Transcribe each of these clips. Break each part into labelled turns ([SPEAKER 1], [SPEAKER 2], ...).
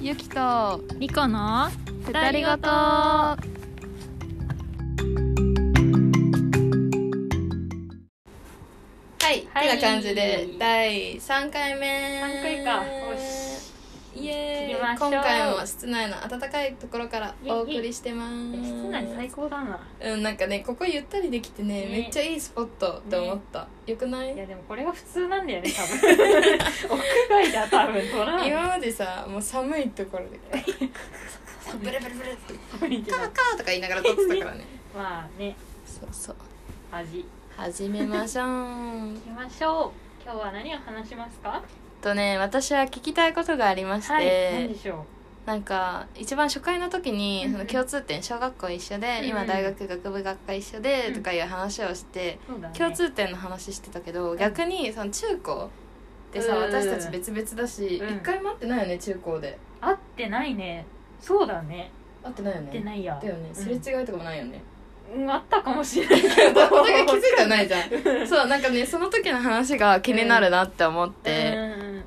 [SPEAKER 1] ゆきと
[SPEAKER 2] リコの
[SPEAKER 1] 二人ごと
[SPEAKER 3] はい、
[SPEAKER 2] はい
[SPEAKER 3] てな感じで第3回目
[SPEAKER 2] 三回かおし
[SPEAKER 3] イエ
[SPEAKER 2] 切り
[SPEAKER 3] ー
[SPEAKER 2] ま
[SPEAKER 3] イ
[SPEAKER 2] しょう
[SPEAKER 3] 今回も室内の暖かいところからお送りしてます
[SPEAKER 2] 室内最高だな
[SPEAKER 3] うんなんかねここゆったりできてね
[SPEAKER 2] ね
[SPEAKER 3] めっちゃいいスポットって思った、よくない
[SPEAKER 2] いやでもこれが普通なんだよね多 分屋外だ多分取らん
[SPEAKER 3] 今までさもう寒いとこ ろでブルブルブルって
[SPEAKER 2] 寒いけど
[SPEAKER 3] カーカーとか言いながら撮ってたから ね
[SPEAKER 2] まあね
[SPEAKER 3] そうそう
[SPEAKER 2] 味い
[SPEAKER 3] 始めましょう
[SPEAKER 2] きましょう今日は何を話しますか
[SPEAKER 3] とね私は聞きたいことがありまして、
[SPEAKER 2] はい何でしょ
[SPEAKER 3] なんか一番初回の時に
[SPEAKER 2] うん
[SPEAKER 3] その共通点小学校一緒
[SPEAKER 2] う
[SPEAKER 3] で
[SPEAKER 2] ん
[SPEAKER 3] 今大学学部学科一緒で
[SPEAKER 2] うん
[SPEAKER 3] とかいう話をして
[SPEAKER 2] うそうだね
[SPEAKER 3] 共通点の話してたけど逆にその中高でさ
[SPEAKER 2] うん
[SPEAKER 3] 私たち別々だし
[SPEAKER 2] うん
[SPEAKER 3] 一回も会ってないよね中高で
[SPEAKER 2] 合ってないねそうだね
[SPEAKER 3] 会ってないよ
[SPEAKER 2] 合って
[SPEAKER 3] ね
[SPEAKER 2] ないや
[SPEAKER 3] だよねすれ違いとかもないよ ね
[SPEAKER 2] うん、あったかもしれないけ
[SPEAKER 3] お
[SPEAKER 2] ど
[SPEAKER 3] 互い気づいてないじゃんそうなんかねその時の話が気になるなって思って
[SPEAKER 2] うん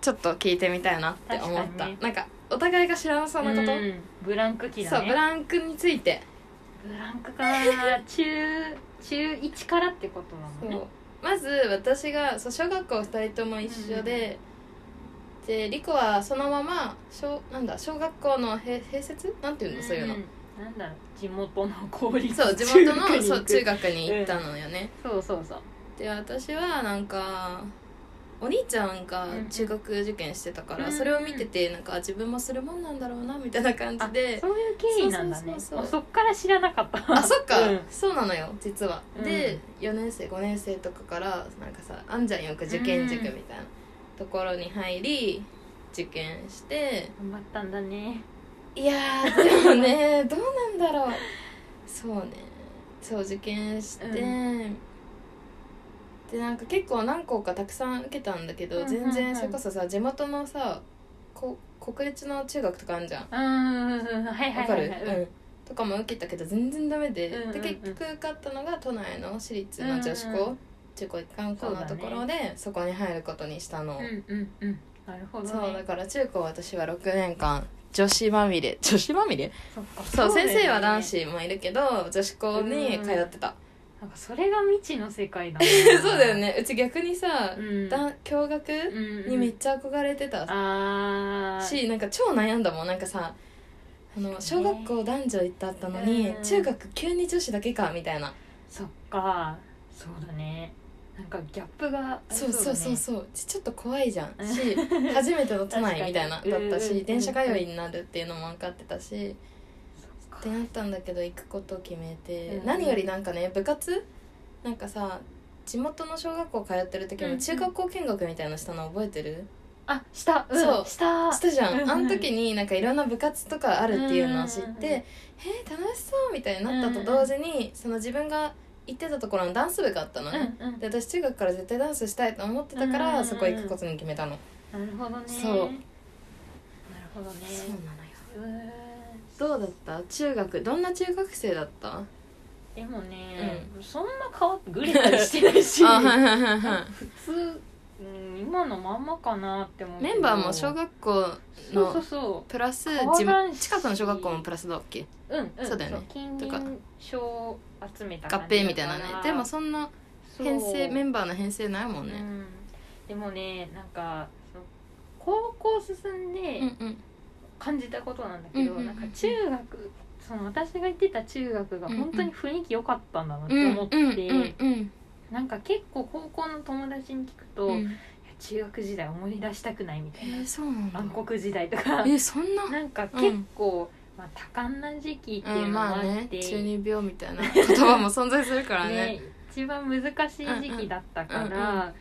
[SPEAKER 3] ちょっと聞いてみたいなって思っ
[SPEAKER 2] 確か
[SPEAKER 3] た
[SPEAKER 2] にね
[SPEAKER 3] なんかお互いが知らなそうなこと
[SPEAKER 2] うんブランク期
[SPEAKER 3] そ
[SPEAKER 2] だ
[SPEAKER 3] う
[SPEAKER 2] ね
[SPEAKER 3] ブランクについて
[SPEAKER 2] ブランクかな中中1からってことな
[SPEAKER 3] そ
[SPEAKER 2] のね
[SPEAKER 3] うまず私がそう小学校2人とも一緒で、でリコはそのまま小なんだ小学校のへ併設なんていうの、そういうの
[SPEAKER 2] んなんだろう地元の公立
[SPEAKER 3] そう地元
[SPEAKER 2] 中学
[SPEAKER 3] の
[SPEAKER 2] に
[SPEAKER 3] そう中
[SPEAKER 2] 行く
[SPEAKER 3] 学に行ったのよね、
[SPEAKER 2] そうそうそう
[SPEAKER 3] で私はなんかお兄ちゃんが
[SPEAKER 2] うん
[SPEAKER 3] 中学受験してたから、
[SPEAKER 2] うん
[SPEAKER 3] それを見ててなんかあ自分もするもんなんだろうなみたいな感じで
[SPEAKER 2] そういう経緯なんだね
[SPEAKER 3] そうそうそうそう
[SPEAKER 2] あそっから知らなかった
[SPEAKER 3] あそっか、
[SPEAKER 2] うん
[SPEAKER 3] そうなのよ実は、
[SPEAKER 2] うん
[SPEAKER 3] で4年生5年生とかからなんかさあんじゃんよく受験塾みたいなところに入り受験して
[SPEAKER 2] 頑張ったんだね
[SPEAKER 3] いやーでもねどうなんだろうそうねそう受験して、
[SPEAKER 2] う
[SPEAKER 3] でなんか結構何校かたくさん受けたんだけど、
[SPEAKER 2] うんうんう
[SPEAKER 3] 全
[SPEAKER 2] ん
[SPEAKER 3] 然それこそさ地元のさこ国立の中学とかあんじゃん
[SPEAKER 2] うんうんうんうんはいは
[SPEAKER 3] わ
[SPEAKER 2] い
[SPEAKER 3] か
[SPEAKER 2] は
[SPEAKER 3] る、
[SPEAKER 2] いはいうん
[SPEAKER 3] うんとかも受けたけど全然ダメで,、
[SPEAKER 2] うんうんうん
[SPEAKER 3] で結局受かったのが都内の私立の女子校、
[SPEAKER 2] うんうん
[SPEAKER 3] 中高一貫校のところでそ,、こに入ることにしたの、
[SPEAKER 2] うんうんうんなるほど
[SPEAKER 3] そうだ
[SPEAKER 2] ね
[SPEAKER 3] から中高私は6年間女子まみれ 女子まみれ
[SPEAKER 2] そっか
[SPEAKER 3] そう
[SPEAKER 2] だよね
[SPEAKER 3] 先生は男子もいるけど女子校に通ってた、
[SPEAKER 2] なんかそれが未知の世界だね
[SPEAKER 3] そうだよねうち逆にさ、
[SPEAKER 2] うん
[SPEAKER 3] だん共学にめっちゃ憧れてた
[SPEAKER 2] あー
[SPEAKER 3] しなんか超悩んだもんなんかさあの
[SPEAKER 2] 確か
[SPEAKER 3] 小
[SPEAKER 2] にね
[SPEAKER 3] 学校男女行ったったのに、
[SPEAKER 2] うん
[SPEAKER 3] 中学急に女子だけかみたいな
[SPEAKER 2] そっかそうだねなんかギャップがあり
[SPEAKER 3] そう
[SPEAKER 2] だね
[SPEAKER 3] そうそうそうちちょっと怖いじゃん
[SPEAKER 2] うん
[SPEAKER 3] し初めての都内みたいな
[SPEAKER 2] 確か
[SPEAKER 3] だった
[SPEAKER 2] にうんうんう
[SPEAKER 3] し
[SPEAKER 2] ん
[SPEAKER 3] 電車通いになるっていうのも分かってたし
[SPEAKER 2] そっ
[SPEAKER 3] っ
[SPEAKER 2] か
[SPEAKER 3] てなったんだけど行くことを決めて
[SPEAKER 2] うん
[SPEAKER 3] 何よりなんかね部活なんかさ地元の小学校通ってる時
[SPEAKER 2] うんう
[SPEAKER 3] も
[SPEAKER 2] ん
[SPEAKER 3] 中学校見学みたいなしたの覚えてる
[SPEAKER 2] あしたうん
[SPEAKER 3] そう
[SPEAKER 2] した
[SPEAKER 3] したじゃ
[SPEAKER 2] うんうんん
[SPEAKER 3] あの時になんかいろんな部活とかあるっていうのを知っ
[SPEAKER 2] うんうんうん
[SPEAKER 3] てへえ楽しそうみたいになったと同時にその自分が行ってたところのダンス部があったのね
[SPEAKER 2] うんうん
[SPEAKER 3] で私中学から絶対ダンスしたいと思ってたか
[SPEAKER 2] うんうんう
[SPEAKER 3] ら
[SPEAKER 2] ん
[SPEAKER 3] そこ行くことに決めたの
[SPEAKER 2] なるほどね
[SPEAKER 3] そう
[SPEAKER 2] なるほどね
[SPEAKER 3] そうなのよ
[SPEAKER 2] うーん
[SPEAKER 3] どうだった中学どんな中学生だったあ
[SPEAKER 2] でもね、そんな変わっグレたりしてないし
[SPEAKER 3] はいはいはいは
[SPEAKER 2] 普通、うん、今のまんまかなって思う
[SPEAKER 3] い
[SPEAKER 2] け ど
[SPEAKER 3] メンバーも小学校
[SPEAKER 2] そうそう
[SPEAKER 3] の
[SPEAKER 2] そ
[SPEAKER 3] プラス
[SPEAKER 2] 変わ
[SPEAKER 3] 自
[SPEAKER 2] らん
[SPEAKER 3] 分
[SPEAKER 2] し
[SPEAKER 3] 近くの小学校もプラスだっけ
[SPEAKER 2] ううんうん
[SPEAKER 3] そうだよね
[SPEAKER 2] 近
[SPEAKER 3] とか
[SPEAKER 2] 隣症を集めた
[SPEAKER 3] 合
[SPEAKER 2] 感じ
[SPEAKER 3] 併みたいなねでもそんな編成メ
[SPEAKER 2] ン
[SPEAKER 3] ンバーの編成ないもん
[SPEAKER 2] う
[SPEAKER 3] ね
[SPEAKER 2] ん、でもねなんかその高校進んで、
[SPEAKER 3] うんうん
[SPEAKER 2] 感じたことなんだけ
[SPEAKER 3] う
[SPEAKER 2] ど、
[SPEAKER 3] んうんうん
[SPEAKER 2] なんか中学その私が行ってた中学が本当に雰囲気良かったんだなって
[SPEAKER 3] うん
[SPEAKER 2] 思って、
[SPEAKER 3] うんうんうん
[SPEAKER 2] なんか結構高校の友達に聞くと、
[SPEAKER 3] う
[SPEAKER 2] いや
[SPEAKER 3] ん
[SPEAKER 2] 中学時代思い出したくないみた
[SPEAKER 3] え
[SPEAKER 2] いな、
[SPEAKER 3] ーそうなんだ
[SPEAKER 2] 暗黒時代とか
[SPEAKER 3] えそんな
[SPEAKER 2] なんか結構、まあ、多感な時期って
[SPEAKER 3] う
[SPEAKER 2] いうんのも
[SPEAKER 3] ま
[SPEAKER 2] あ
[SPEAKER 3] あ
[SPEAKER 2] っ
[SPEAKER 3] ね
[SPEAKER 2] て、
[SPEAKER 3] 中二病みたいな言葉も存在するからね
[SPEAKER 2] ね一番難しい時期だったから、
[SPEAKER 3] うんうんうん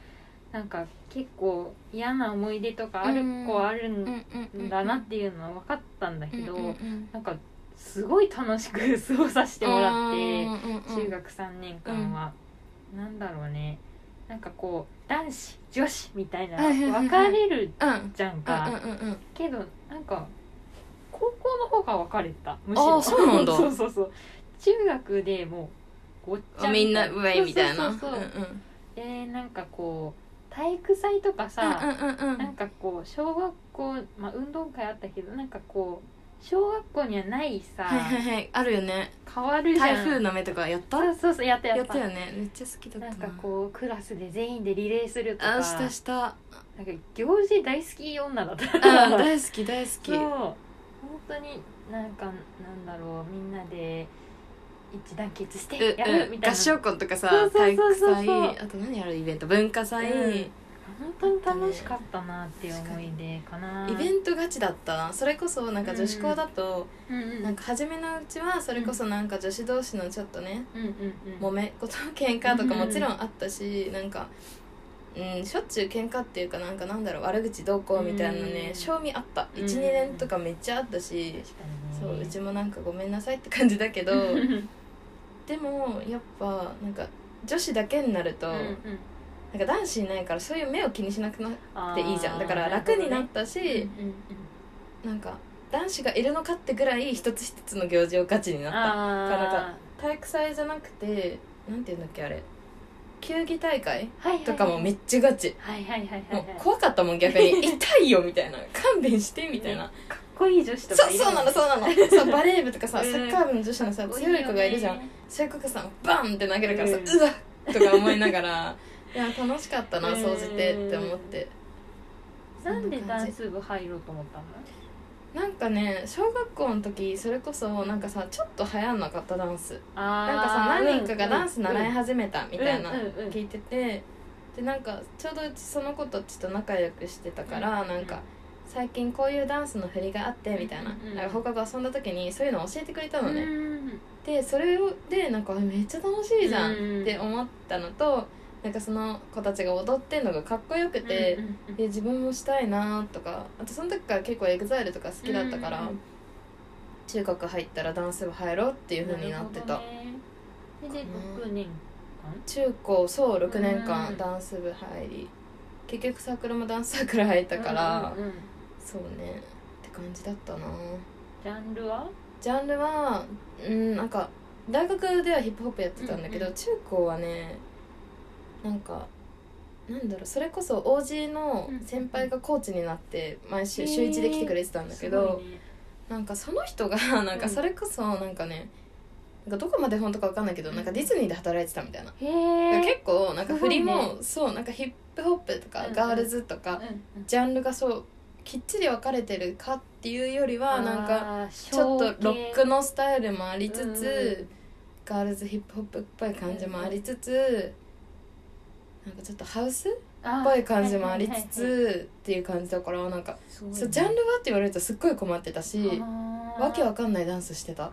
[SPEAKER 2] なんか結構嫌な思い出とかある子はある
[SPEAKER 3] うん
[SPEAKER 2] ん
[SPEAKER 3] うんうん
[SPEAKER 2] だなっていうのは分かったんだけど。
[SPEAKER 3] うんうん
[SPEAKER 2] なんかすごい楽しく 過ごさせてもらって
[SPEAKER 3] うんうんうん
[SPEAKER 2] 中学3年間は、なんだろうねなんかこう男子女子みたいな
[SPEAKER 3] はいはいはいはい
[SPEAKER 2] 分かれる
[SPEAKER 3] うん
[SPEAKER 2] じゃん
[SPEAKER 3] う
[SPEAKER 2] か、
[SPEAKER 3] んうんうんうん
[SPEAKER 2] けどなんか高校の方が分かれたむしろ
[SPEAKER 3] あーそうなんだ
[SPEAKER 2] そうそうそう中学でもうごっちゃ
[SPEAKER 3] あみんな上みたいな
[SPEAKER 2] そうそうそうそう
[SPEAKER 3] うんうん
[SPEAKER 2] でなんかこう体育祭とかさ、
[SPEAKER 3] うんうんうんう
[SPEAKER 2] なん
[SPEAKER 3] ん
[SPEAKER 2] かこう小学校、まあ、運動会あったけどなんかこう小学校にはないさ、
[SPEAKER 3] はいはいはいあるよね
[SPEAKER 2] 変わるじゃん
[SPEAKER 3] 台風の目とかやった
[SPEAKER 2] そう
[SPEAKER 3] や
[SPEAKER 2] そうそうやったやっ
[SPEAKER 3] った
[SPEAKER 2] た
[SPEAKER 3] よねめっちゃ好きだったな
[SPEAKER 2] な
[SPEAKER 3] ん
[SPEAKER 2] かこうクラスで全員でリレーするとか
[SPEAKER 3] あしたした
[SPEAKER 2] なんか行事大好き女だった
[SPEAKER 3] あ大好き大好き
[SPEAKER 2] そう本当になんかなんだろうみんなで一致団結してや
[SPEAKER 3] う
[SPEAKER 2] る
[SPEAKER 3] んう
[SPEAKER 2] み
[SPEAKER 3] ん
[SPEAKER 2] たい
[SPEAKER 3] 合
[SPEAKER 2] な、
[SPEAKER 3] 唱コンとかさ
[SPEAKER 2] そう
[SPEAKER 3] 体
[SPEAKER 2] そうそ
[SPEAKER 3] 育
[SPEAKER 2] うそう
[SPEAKER 3] 祭あと何やるイベント文化祭、
[SPEAKER 2] うん本当に楽しかったなっていう思い出かな
[SPEAKER 3] イベント勝ちだったなそれこそなんか女子校だと、
[SPEAKER 2] うんうん
[SPEAKER 3] なんか初めのうちはそれこそなんか女子同士のちょっとね
[SPEAKER 2] うんうん
[SPEAKER 3] 揉
[SPEAKER 2] うん
[SPEAKER 3] めこと喧嘩とかもちろんあったしなんか、うん、しょっちゅう喧嘩っていうかなんかなんだろう悪口どうこうみたいなね
[SPEAKER 2] うん
[SPEAKER 3] 賞味あった
[SPEAKER 2] うん
[SPEAKER 3] 12年とかめっちゃあったし
[SPEAKER 2] 確かに
[SPEAKER 3] そ
[SPEAKER 2] ね
[SPEAKER 3] ううちもなんかごめんなさいって感じだけど でもやっぱなんか女子だけになると、
[SPEAKER 2] うん
[SPEAKER 3] なん
[SPEAKER 2] うん
[SPEAKER 3] か男子いないからそういう目を気にしなくなっ
[SPEAKER 2] あ
[SPEAKER 3] て
[SPEAKER 2] ー
[SPEAKER 3] いいじゃんだから楽になったし、
[SPEAKER 2] なるほどね
[SPEAKER 3] なんか男子がいるのかってぐらい一つ一つの行事をガチに
[SPEAKER 2] うんうんうん
[SPEAKER 3] なっ
[SPEAKER 2] あ
[SPEAKER 3] た体育祭じゃなくてなんていうんだっけあれ球技大会
[SPEAKER 2] ーはいはいはい
[SPEAKER 3] とかもめっちゃガチ、
[SPEAKER 2] はいはいはいはいはい
[SPEAKER 3] もう怖かったもん逆 に痛いよみたいな勘弁してみたいな、
[SPEAKER 2] かっこいい女子と
[SPEAKER 3] そ
[SPEAKER 2] か
[SPEAKER 3] う
[SPEAKER 2] いる
[SPEAKER 3] そうなのそうなのそうバレー部とかさ
[SPEAKER 2] う
[SPEAKER 3] サ
[SPEAKER 2] ん
[SPEAKER 3] ッカー部の女子のさ強い子がいるじゃん
[SPEAKER 2] かっこ
[SPEAKER 3] そういう子がさバンって投げるからさ、
[SPEAKER 2] う
[SPEAKER 3] うんわっとか思いながら いや楽しかったな
[SPEAKER 2] うん
[SPEAKER 3] 掃除てって思って
[SPEAKER 2] いいよねなんでダンス部入ろうと思ったの
[SPEAKER 3] なんかね小学校の時それこそなんかさちょっと流行んなかったダンス
[SPEAKER 2] な
[SPEAKER 3] なんかさ何人かがダンス習い始めたみたいな
[SPEAKER 2] うんうんうん
[SPEAKER 3] 聞いててでなんかちょうどうちその子たちと仲良くしてたからなんか最近こういうダンスの振りがあってみたいな
[SPEAKER 2] うんうん
[SPEAKER 3] なんか放課後遊んだ時にそういうの教えてくれたの
[SPEAKER 2] う
[SPEAKER 3] ね
[SPEAKER 2] ん
[SPEAKER 3] でそれをでなんかあめっちゃ楽しいじゃん
[SPEAKER 2] うん
[SPEAKER 3] って思ったのとなんかその子たちが踊ってんのがかっこよくて
[SPEAKER 2] うんうんうん
[SPEAKER 3] で自分もしたいなとかあとその時から結構 EXILE とか好きだったか
[SPEAKER 2] うん
[SPEAKER 3] ら
[SPEAKER 2] うんうん
[SPEAKER 3] 中学入ったらダンス部入ろうっていう風になってた
[SPEAKER 2] るほどねそれで6年間
[SPEAKER 3] 中高そう6年
[SPEAKER 2] うん
[SPEAKER 3] 間ダンス部入り結局サークルもダンスサークル入ったから、
[SPEAKER 2] うんうんうん
[SPEAKER 3] そうねって感じだったな
[SPEAKER 2] ジャンルは
[SPEAKER 3] ジャンルはうんなんか大学ではヒップホップやってたんだけど、
[SPEAKER 2] うんうん
[SPEAKER 3] 中高はねなんかなんだろうそれこそ OG の先輩がコーチになって毎
[SPEAKER 2] へ
[SPEAKER 3] 週
[SPEAKER 2] ー
[SPEAKER 3] 週1で来てくれてたんだけど、
[SPEAKER 2] すごいね
[SPEAKER 3] なんかその人がなん
[SPEAKER 2] う
[SPEAKER 3] か
[SPEAKER 2] ん
[SPEAKER 3] それこそなんかねなんかどこまで本当か分かんないけどなんかディズニーで働いてたみたいな
[SPEAKER 2] へえ
[SPEAKER 3] 結構なんか
[SPEAKER 2] す
[SPEAKER 3] 振
[SPEAKER 2] ごい
[SPEAKER 3] り
[SPEAKER 2] ね
[SPEAKER 3] も、そうなんかヒップホップと
[SPEAKER 2] うん
[SPEAKER 3] か
[SPEAKER 2] うん
[SPEAKER 3] ガールズとか、ジャンルがそうきっちり分かれてるかっていうよりはなんか
[SPEAKER 2] か
[SPEAKER 3] ちょっとロック
[SPEAKER 2] の
[SPEAKER 3] のスタイルもありつつ、ガールズヒップホップっぽい感じもありつつ、なんかちょっとハウスっ
[SPEAKER 2] っ
[SPEAKER 3] ぽい感じもありつつっていう感じだからなんか、そうジャンルはって言われるとすっごい困ってたし、わけわかんないダンスして た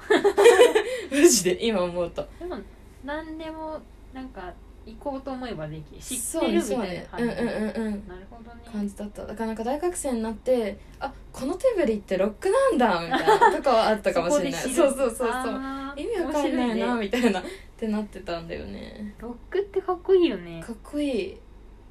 [SPEAKER 3] マジで今思うと
[SPEAKER 2] でも何でもなんか行こうと思えばできる知っ
[SPEAKER 3] そう
[SPEAKER 2] てる
[SPEAKER 3] ね
[SPEAKER 2] みた
[SPEAKER 3] そう
[SPEAKER 2] い
[SPEAKER 3] ね
[SPEAKER 2] な
[SPEAKER 3] うんう
[SPEAKER 2] 感
[SPEAKER 3] ん
[SPEAKER 2] じ
[SPEAKER 3] うんうん
[SPEAKER 2] なるほどね
[SPEAKER 3] 感じだっただからなんか大学生になってあこの手振りってロックなんだみたいなとかはあったかもしれない
[SPEAKER 2] そこで知
[SPEAKER 3] そ
[SPEAKER 2] る
[SPEAKER 3] うそうそうそう
[SPEAKER 2] あー
[SPEAKER 3] 意味わかんない
[SPEAKER 2] 面白
[SPEAKER 3] な
[SPEAKER 2] ね
[SPEAKER 3] みたいなってなってたんだよね
[SPEAKER 2] ロックってかっこいいよね
[SPEAKER 3] かっこいい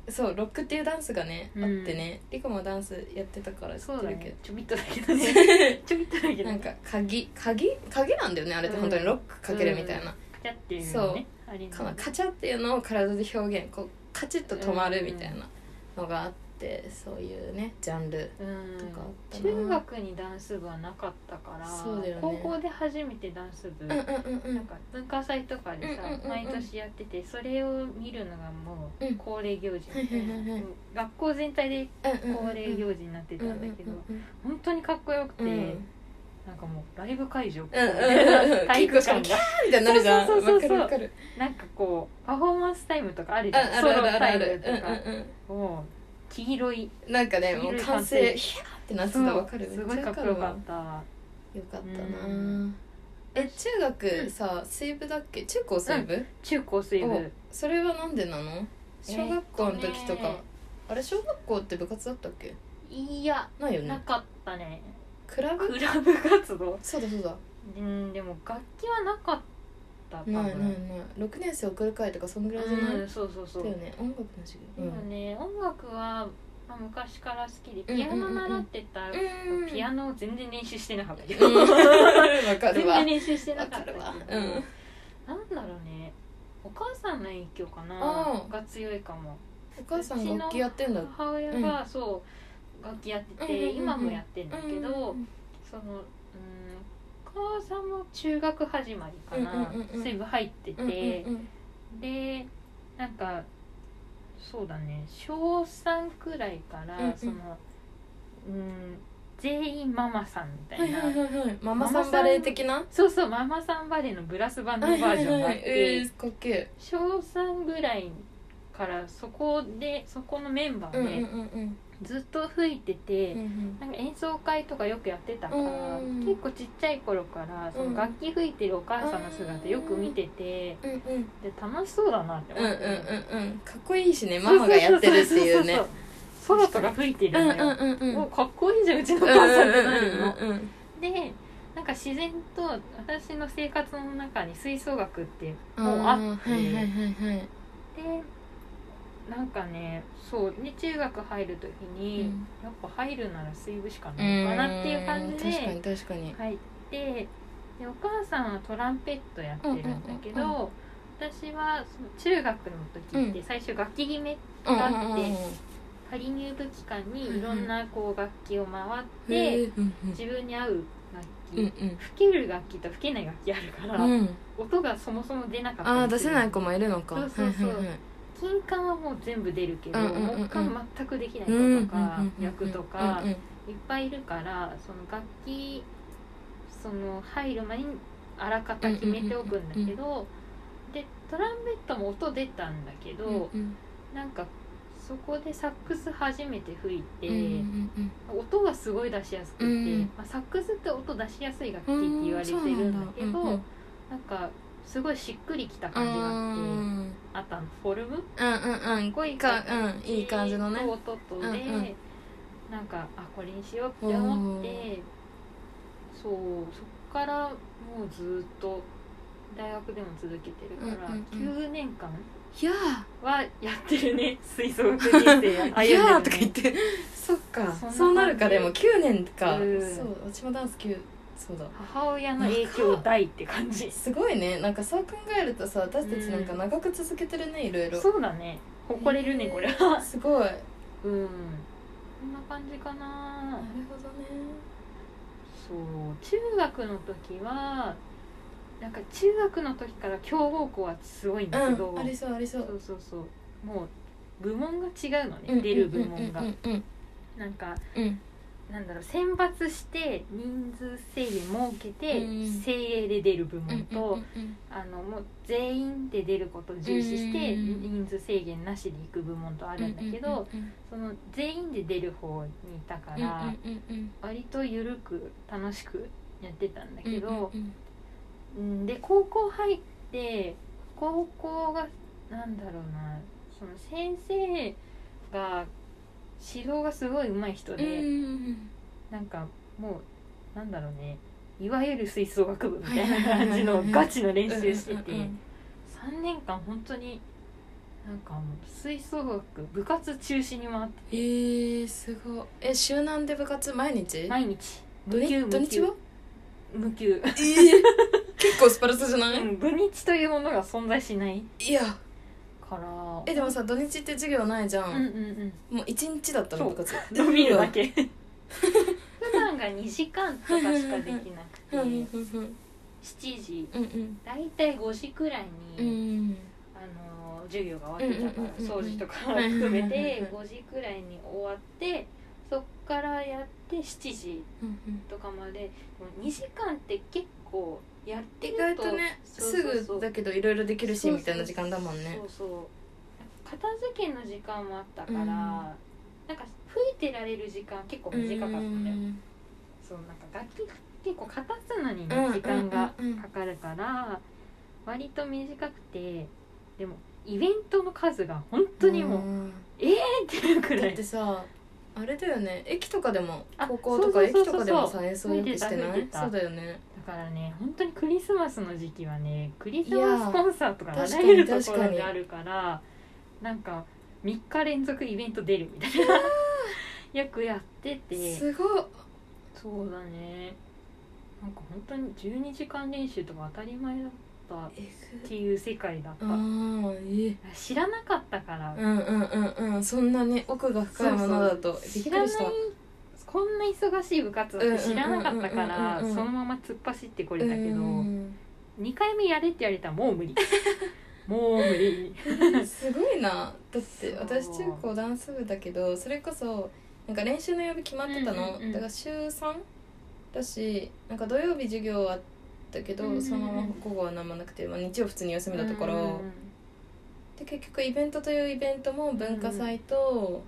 [SPEAKER 3] そうロックっていうダンスがね、
[SPEAKER 2] うん
[SPEAKER 3] あってねリコもダンスやってたから知
[SPEAKER 2] そう
[SPEAKER 3] って
[SPEAKER 2] だ
[SPEAKER 3] るけ
[SPEAKER 2] ね
[SPEAKER 3] ど
[SPEAKER 2] ちょびっとだけどねちょびっとだけどね
[SPEAKER 3] なんか鍵鍵鍵なんだよねあれって本当にロックかけるみたいな、
[SPEAKER 2] カチャっていう
[SPEAKER 3] そ
[SPEAKER 2] の
[SPEAKER 3] う
[SPEAKER 2] ねあれね
[SPEAKER 3] かカチャっていうのを体で表現こうカチッと止まるみたいなのがあって、そういうねジャンル
[SPEAKER 2] うん
[SPEAKER 3] とかあったな
[SPEAKER 2] 中学にダンス部はなかったから
[SPEAKER 3] そうだよね
[SPEAKER 2] 高校で初めてダンス部
[SPEAKER 3] うんう
[SPEAKER 2] なんん
[SPEAKER 3] うんうん
[SPEAKER 2] か文化祭とかでさ
[SPEAKER 3] うんうんうんうん
[SPEAKER 2] 毎年やっててそれを見るのがも
[SPEAKER 3] うん
[SPEAKER 2] う恒例行事みたいな
[SPEAKER 3] はいはいはいはい
[SPEAKER 2] うん学校全体で恒
[SPEAKER 3] 恒
[SPEAKER 2] 例行事になってたんだけど
[SPEAKER 3] う
[SPEAKER 2] 本当にかっこよくて
[SPEAKER 3] んうんうん
[SPEAKER 2] なんかもうライブ会場
[SPEAKER 3] うんうんうん
[SPEAKER 2] 体
[SPEAKER 3] 結
[SPEAKER 2] 育
[SPEAKER 3] 構しかも
[SPEAKER 2] 館が
[SPEAKER 3] みたいになるじゃん
[SPEAKER 2] そう
[SPEAKER 3] わ
[SPEAKER 2] そうそ
[SPEAKER 3] か
[SPEAKER 2] うそう
[SPEAKER 3] るわかる
[SPEAKER 2] なんかこうパフォーマンスタイムとかある
[SPEAKER 3] うん
[SPEAKER 2] じゃん
[SPEAKER 3] あ
[SPEAKER 2] ソ
[SPEAKER 3] る
[SPEAKER 2] ロ
[SPEAKER 3] あるある
[SPEAKER 2] タ
[SPEAKER 3] あ
[SPEAKER 2] イム
[SPEAKER 3] る
[SPEAKER 2] と
[SPEAKER 3] うんう
[SPEAKER 2] か
[SPEAKER 3] んう
[SPEAKER 2] もう黄色い
[SPEAKER 3] んなんかねもう完
[SPEAKER 2] 黄色い
[SPEAKER 3] 成
[SPEAKER 2] 歓声
[SPEAKER 3] ヒャーってなってた
[SPEAKER 2] そう
[SPEAKER 3] わかる
[SPEAKER 2] すごいかっこよかった
[SPEAKER 3] たよかった
[SPEAKER 2] う
[SPEAKER 3] なえ中
[SPEAKER 2] うん
[SPEAKER 3] 学さ水部だっけ中高水部
[SPEAKER 2] 中高水
[SPEAKER 3] お
[SPEAKER 2] 部
[SPEAKER 3] それはなんでなの小学校の時と
[SPEAKER 2] え
[SPEAKER 3] か
[SPEAKER 2] っとね
[SPEAKER 3] あれ小学校って部活だったっけ
[SPEAKER 2] いや
[SPEAKER 3] ないよ
[SPEAKER 2] な
[SPEAKER 3] ね
[SPEAKER 2] かったね
[SPEAKER 3] クラブ
[SPEAKER 2] クラブ活動
[SPEAKER 3] そうだそうだ
[SPEAKER 2] うんでも楽器はなかった多分
[SPEAKER 3] ないないない6年生送る会とかそんぐらいじゃないだ
[SPEAKER 2] う
[SPEAKER 3] よ
[SPEAKER 2] んそうそうそう、
[SPEAKER 3] ね音楽の授業
[SPEAKER 2] でもね音楽は、まあ、昔から好きで
[SPEAKER 3] うんうん
[SPEAKER 2] ピアノ習ってた、
[SPEAKER 3] うん
[SPEAKER 2] ピアノを全然練習してなかったけど、
[SPEAKER 3] うんわか
[SPEAKER 2] 全
[SPEAKER 3] るわ
[SPEAKER 2] 然練習してなかったけど
[SPEAKER 3] わかるわうん
[SPEAKER 2] なんだろうねお母さんの影響かな
[SPEAKER 3] うん
[SPEAKER 2] が強いかも
[SPEAKER 3] お母さん楽器やってんだ
[SPEAKER 2] 母親がそう楽器やってて、
[SPEAKER 3] うんうんうんうん
[SPEAKER 2] 今もやってんだけど、
[SPEAKER 3] うん
[SPEAKER 2] そのうんお母さんも中学始まりかな、
[SPEAKER 3] うんうんうんうん
[SPEAKER 2] 水分入ってて、
[SPEAKER 3] うんうん
[SPEAKER 2] でなんかそうだね小3くらいから、
[SPEAKER 3] うんうん
[SPEAKER 2] そのうん全員ママさんみた
[SPEAKER 3] はい
[SPEAKER 2] いな
[SPEAKER 3] はいはいはいママさんバレー的な
[SPEAKER 2] そうそうママさんバレーのブラスバンドバージョンがあって、
[SPEAKER 3] えー、かっけ
[SPEAKER 2] 小3ぐらいからそこでそこのメンバ
[SPEAKER 3] えう
[SPEAKER 2] ー
[SPEAKER 3] んう
[SPEAKER 2] で、
[SPEAKER 3] んうんうん
[SPEAKER 2] ずっと吹いてて、
[SPEAKER 3] うんうん
[SPEAKER 2] なんか演奏会とかよくやってたから、
[SPEAKER 3] うん
[SPEAKER 2] 結構ちっちゃい頃からそ
[SPEAKER 3] うん
[SPEAKER 2] の楽器吹いてるお母さんの姿よく見てて、
[SPEAKER 3] うんうん
[SPEAKER 2] で楽しそうだなって
[SPEAKER 3] うんう
[SPEAKER 2] 思
[SPEAKER 3] ん
[SPEAKER 2] って、
[SPEAKER 3] うんうんかっこいいしねママがやってるっていうね
[SPEAKER 2] そそそそソロとか吹いて
[SPEAKER 3] う
[SPEAKER 2] る
[SPEAKER 3] ん
[SPEAKER 2] ん
[SPEAKER 3] う
[SPEAKER 2] だ
[SPEAKER 3] ん
[SPEAKER 2] よ、
[SPEAKER 3] うんうん
[SPEAKER 2] もうかっこいいじゃんうちの
[SPEAKER 3] うん
[SPEAKER 2] お母さんってなるの、
[SPEAKER 3] うんうん
[SPEAKER 2] でなんか自然と私の生活の中に吹奏楽って
[SPEAKER 3] うん
[SPEAKER 2] もうあって
[SPEAKER 3] はいはいはいはい
[SPEAKER 2] でなんかねそうね中学入る時
[SPEAKER 3] う
[SPEAKER 2] に、
[SPEAKER 3] ん
[SPEAKER 2] やっぱ入るなら水部しか
[SPEAKER 3] う
[SPEAKER 2] ない
[SPEAKER 3] ん
[SPEAKER 2] かなっていう感じで
[SPEAKER 3] 確かに確かに
[SPEAKER 2] 入ってでお母さんはトランペットやってるんだけど、
[SPEAKER 3] うんうん
[SPEAKER 2] 私はその中学の時って最初楽器決め、
[SPEAKER 3] うんうんうんうん
[SPEAKER 2] 仮入部期間にいろんなこう楽器を回っ
[SPEAKER 3] へ
[SPEAKER 2] て、
[SPEAKER 3] ーうんうん
[SPEAKER 2] 自分に合う楽器、
[SPEAKER 3] うんうん
[SPEAKER 2] 吹ける楽器と吹けない楽器あるから、
[SPEAKER 3] うん、
[SPEAKER 2] 音がそもそも出なかったり
[SPEAKER 3] ああ
[SPEAKER 2] する
[SPEAKER 3] 出せない子もいるのか
[SPEAKER 2] そうそうそう
[SPEAKER 3] はいはいはい
[SPEAKER 2] 金管はもう全部出るけど、
[SPEAKER 3] うんうんうんうん
[SPEAKER 2] 木管全くできない
[SPEAKER 3] うんうん
[SPEAKER 2] 子とか
[SPEAKER 3] うんうん
[SPEAKER 2] 役とか
[SPEAKER 3] うんうん
[SPEAKER 2] いっぱいいるからその楽器その入る前にあらかた決めておくんだけどでトランペットも音出たんだけど、
[SPEAKER 3] うん
[SPEAKER 2] なんかそこでサックス初めて吹いて、
[SPEAKER 3] うんうんうん
[SPEAKER 2] 音がすごい出しやすくて、
[SPEAKER 3] うん
[SPEAKER 2] まあ、サックスって音出しやすい楽器
[SPEAKER 3] う
[SPEAKER 2] っ
[SPEAKER 3] ん
[SPEAKER 2] て言われてるんだけど、
[SPEAKER 3] そうなんだうんうん
[SPEAKER 2] なんかすごいしっくりきた
[SPEAKER 3] う
[SPEAKER 2] 感じがあって。
[SPEAKER 3] ん
[SPEAKER 2] あとあのフォルム
[SPEAKER 3] うんうん
[SPEAKER 2] こいい
[SPEAKER 3] かうんいい感じのね
[SPEAKER 2] と音
[SPEAKER 3] う
[SPEAKER 2] とで、
[SPEAKER 3] んうん
[SPEAKER 2] なんかあこれにしようって思ってそうそっからもうずっと大学でも続けてるから、
[SPEAKER 3] うんうんうん
[SPEAKER 2] 9年間
[SPEAKER 3] いや
[SPEAKER 2] はやってるね吹奏楽人生歩んでる、
[SPEAKER 3] ー
[SPEAKER 2] ね、
[SPEAKER 3] いやーとか言ってそっか
[SPEAKER 2] そんな感じ
[SPEAKER 3] そうなるかでも9年か
[SPEAKER 2] うん
[SPEAKER 3] そううちもダンス9そうだ
[SPEAKER 2] 母親の影響大って感じ
[SPEAKER 3] すごいねなんかそう考えるとさ私たちなんか長く続けてるねいろいろ
[SPEAKER 2] そうだね誇れるねこれは
[SPEAKER 3] すごいなる
[SPEAKER 2] うんこんな感じかな
[SPEAKER 3] ほどね
[SPEAKER 2] そう中学の時はなんか中学の時から強豪校はすごいんだけど、
[SPEAKER 3] うんありそうありそ
[SPEAKER 2] そううそうそうもう部門が違うのね、
[SPEAKER 3] うん
[SPEAKER 2] 出る部門が、
[SPEAKER 3] うんうん
[SPEAKER 2] なんか
[SPEAKER 3] うん
[SPEAKER 2] なんだろう選抜して人数制限設けて、
[SPEAKER 3] うん
[SPEAKER 2] 精鋭で出る部
[SPEAKER 3] うん
[SPEAKER 2] 門と、
[SPEAKER 3] うんうん
[SPEAKER 2] あのもう全員で出ることを重視して、
[SPEAKER 3] うん
[SPEAKER 2] 人数制限なしで行く部門とあるんだけど、
[SPEAKER 3] うんうん
[SPEAKER 2] その全員で出る方にいたか
[SPEAKER 3] うん
[SPEAKER 2] ら、
[SPEAKER 3] うんうんうん
[SPEAKER 2] 割と緩く楽しくやってたんだけど、
[SPEAKER 3] うんうん
[SPEAKER 2] うん、で高校入って高校がなんだろうなその先生が指導がすごい上手い人
[SPEAKER 3] うん
[SPEAKER 2] で、
[SPEAKER 3] うん
[SPEAKER 2] なんかもうなんだろうねいわゆる吹奏楽部みたいな感じのガチの練習してて
[SPEAKER 3] うんうん
[SPEAKER 2] 3年間本当になんかもう吹奏楽部活中止に回って
[SPEAKER 3] えー、すごいえ週何で部活毎日
[SPEAKER 2] 毎日
[SPEAKER 3] 土
[SPEAKER 2] 無
[SPEAKER 3] 日
[SPEAKER 2] 休
[SPEAKER 3] 土
[SPEAKER 2] 無
[SPEAKER 3] 日
[SPEAKER 2] 休
[SPEAKER 3] は
[SPEAKER 2] 無休、
[SPEAKER 3] えー、結構スパルタじゃない、
[SPEAKER 2] うん、土日というものが存在しない
[SPEAKER 3] いや
[SPEAKER 2] から
[SPEAKER 3] えでもさ土日って授業ないじゃ
[SPEAKER 2] うんうん
[SPEAKER 3] ん、
[SPEAKER 2] うん
[SPEAKER 3] もう一日だったの
[SPEAKER 2] そう
[SPEAKER 3] 部活
[SPEAKER 2] 伸びるだけ普段が2時間とかしかできなく
[SPEAKER 3] う
[SPEAKER 2] て
[SPEAKER 3] んうん
[SPEAKER 2] 7
[SPEAKER 3] うん
[SPEAKER 2] 時
[SPEAKER 3] うん
[SPEAKER 2] 大体5時くらいうに、
[SPEAKER 3] ん
[SPEAKER 2] あの授業が終わってたから、
[SPEAKER 3] うんうんうんうん
[SPEAKER 2] 掃除とか
[SPEAKER 3] うんうんうんうん
[SPEAKER 2] 含めて5時くらいに終わってそっからやって7時とかまででも2時間って結構やって
[SPEAKER 3] 意
[SPEAKER 2] る
[SPEAKER 3] 外とね
[SPEAKER 2] そうそうそう
[SPEAKER 3] すぐだけどいろいろできるし
[SPEAKER 2] そうそう
[SPEAKER 3] みたいな時間だもんね
[SPEAKER 2] そうそう片付けの時間もあったから、
[SPEAKER 3] うん
[SPEAKER 2] なんか吹いてられる時間結構短かったんだよ、
[SPEAKER 3] うん
[SPEAKER 2] そうなんか楽器結構片すのにね時間が
[SPEAKER 3] うんうんうん
[SPEAKER 2] かかるから割と短くてでもイベントの数が本当にもう出てるく
[SPEAKER 3] だ
[SPEAKER 2] ら
[SPEAKER 3] っ
[SPEAKER 2] い
[SPEAKER 3] てさあれだよね駅とかでも
[SPEAKER 2] あ
[SPEAKER 3] 高校とか
[SPEAKER 2] そうそ
[SPEAKER 3] 駅
[SPEAKER 2] う
[SPEAKER 3] と
[SPEAKER 2] そうそう
[SPEAKER 3] かでもさ演奏よく
[SPEAKER 2] 吹い
[SPEAKER 3] して
[SPEAKER 2] た
[SPEAKER 3] てな
[SPEAKER 2] 吹い
[SPEAKER 3] い
[SPEAKER 2] てた
[SPEAKER 3] そうだよね
[SPEAKER 2] だからね本当にクリスマスの時期はねクリス
[SPEAKER 3] いや
[SPEAKER 2] マ
[SPEAKER 3] ー
[SPEAKER 2] スコンサートがあ
[SPEAKER 3] 確
[SPEAKER 2] ら
[SPEAKER 3] かに
[SPEAKER 2] ゆるとこ
[SPEAKER 3] 確か
[SPEAKER 2] ろ
[SPEAKER 3] に
[SPEAKER 2] にあるからなんか3日連続イベント出るみたいな よくやってて
[SPEAKER 3] すごい
[SPEAKER 2] そうだねなんか本当に12時間練習とか当たり前だっったっていう世界だった、
[SPEAKER 3] ああええ
[SPEAKER 2] 知らなかったから、
[SPEAKER 3] うんうんうんうんそんなね奥が深いものだとびっ
[SPEAKER 2] 知
[SPEAKER 3] く
[SPEAKER 2] らな
[SPEAKER 3] り
[SPEAKER 2] い
[SPEAKER 3] した
[SPEAKER 2] こんな忙しい部活だって知らなかったから
[SPEAKER 3] うんうんうんうんうんうん
[SPEAKER 2] そのまま突っ走ってこれたけど、
[SPEAKER 3] うん
[SPEAKER 2] 2回目やれって言われたら もう無理もう無理
[SPEAKER 3] すごいなだって
[SPEAKER 2] そう
[SPEAKER 3] 私中高ダンス部だけどそれこそなんか練習の曜日決まってたの、
[SPEAKER 2] うんうんうん
[SPEAKER 3] だから週3だしなんか土曜日授業はあったけど、
[SPEAKER 2] うんうんうん
[SPEAKER 3] そのまま午後は何もなくて、まあ、日曜普通に休みだったから、
[SPEAKER 2] うん
[SPEAKER 3] で結局イベントというイベントも文化祭と、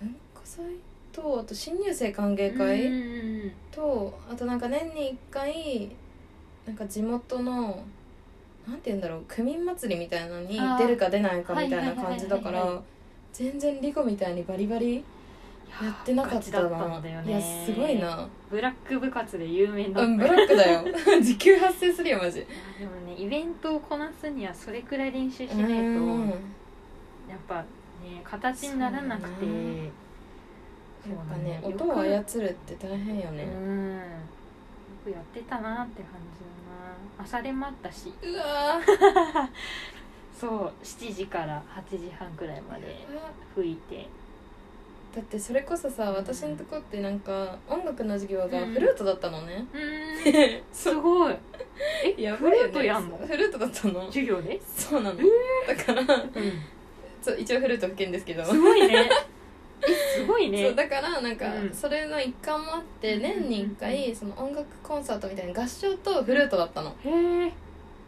[SPEAKER 3] 文化祭とあと新入生歓迎会、
[SPEAKER 2] うんうん
[SPEAKER 3] とあとなんか年に1回なんか地元のなんて言うんだろう区民祭りみたいのに
[SPEAKER 2] あー
[SPEAKER 3] 出るか出ないかみたいな
[SPEAKER 2] はいはいはいはいは
[SPEAKER 3] 感
[SPEAKER 2] い
[SPEAKER 3] じだから全然リコみたいにバリバリやってなかった
[SPEAKER 2] ガチだ
[SPEAKER 3] な
[SPEAKER 2] ったのだよ
[SPEAKER 3] い
[SPEAKER 2] ね
[SPEAKER 3] やすごいな
[SPEAKER 2] ブラック部活で有名だった
[SPEAKER 3] うんブラックだよ 時給発生するよマジ
[SPEAKER 2] でもねイベントをこなすにはそれくらい練習し
[SPEAKER 3] う
[SPEAKER 2] ないと
[SPEAKER 3] ん
[SPEAKER 2] やっぱね形にならなく
[SPEAKER 3] そ
[SPEAKER 2] て
[SPEAKER 3] うだねやっぱね
[SPEAKER 2] そうだ
[SPEAKER 3] 音を
[SPEAKER 2] よ
[SPEAKER 3] 操るって大変よ
[SPEAKER 2] く
[SPEAKER 3] ね
[SPEAKER 2] うんよくやってたなって感じだな朝練もあったし
[SPEAKER 3] うわ
[SPEAKER 2] そう7時から8時半くらいまで
[SPEAKER 3] ー
[SPEAKER 2] 吹いて
[SPEAKER 3] だってそれこそさ私のとこってなんか音楽の授業がフルートだったのね、
[SPEAKER 2] うーんすごいえ
[SPEAKER 3] やば
[SPEAKER 2] フ
[SPEAKER 3] いよね
[SPEAKER 2] ルートやんの
[SPEAKER 3] フルートだったの
[SPEAKER 2] 授業で、
[SPEAKER 3] そうなの、だからそう一応フルート吹けんですけど
[SPEAKER 2] すごい ねえすごい
[SPEAKER 3] そう
[SPEAKER 2] ね
[SPEAKER 3] だからなんか、
[SPEAKER 2] うん
[SPEAKER 3] それの一環もあって
[SPEAKER 2] うん
[SPEAKER 3] 年に1回その音楽コンサートみたいな合唱とフルートだったの
[SPEAKER 2] へえ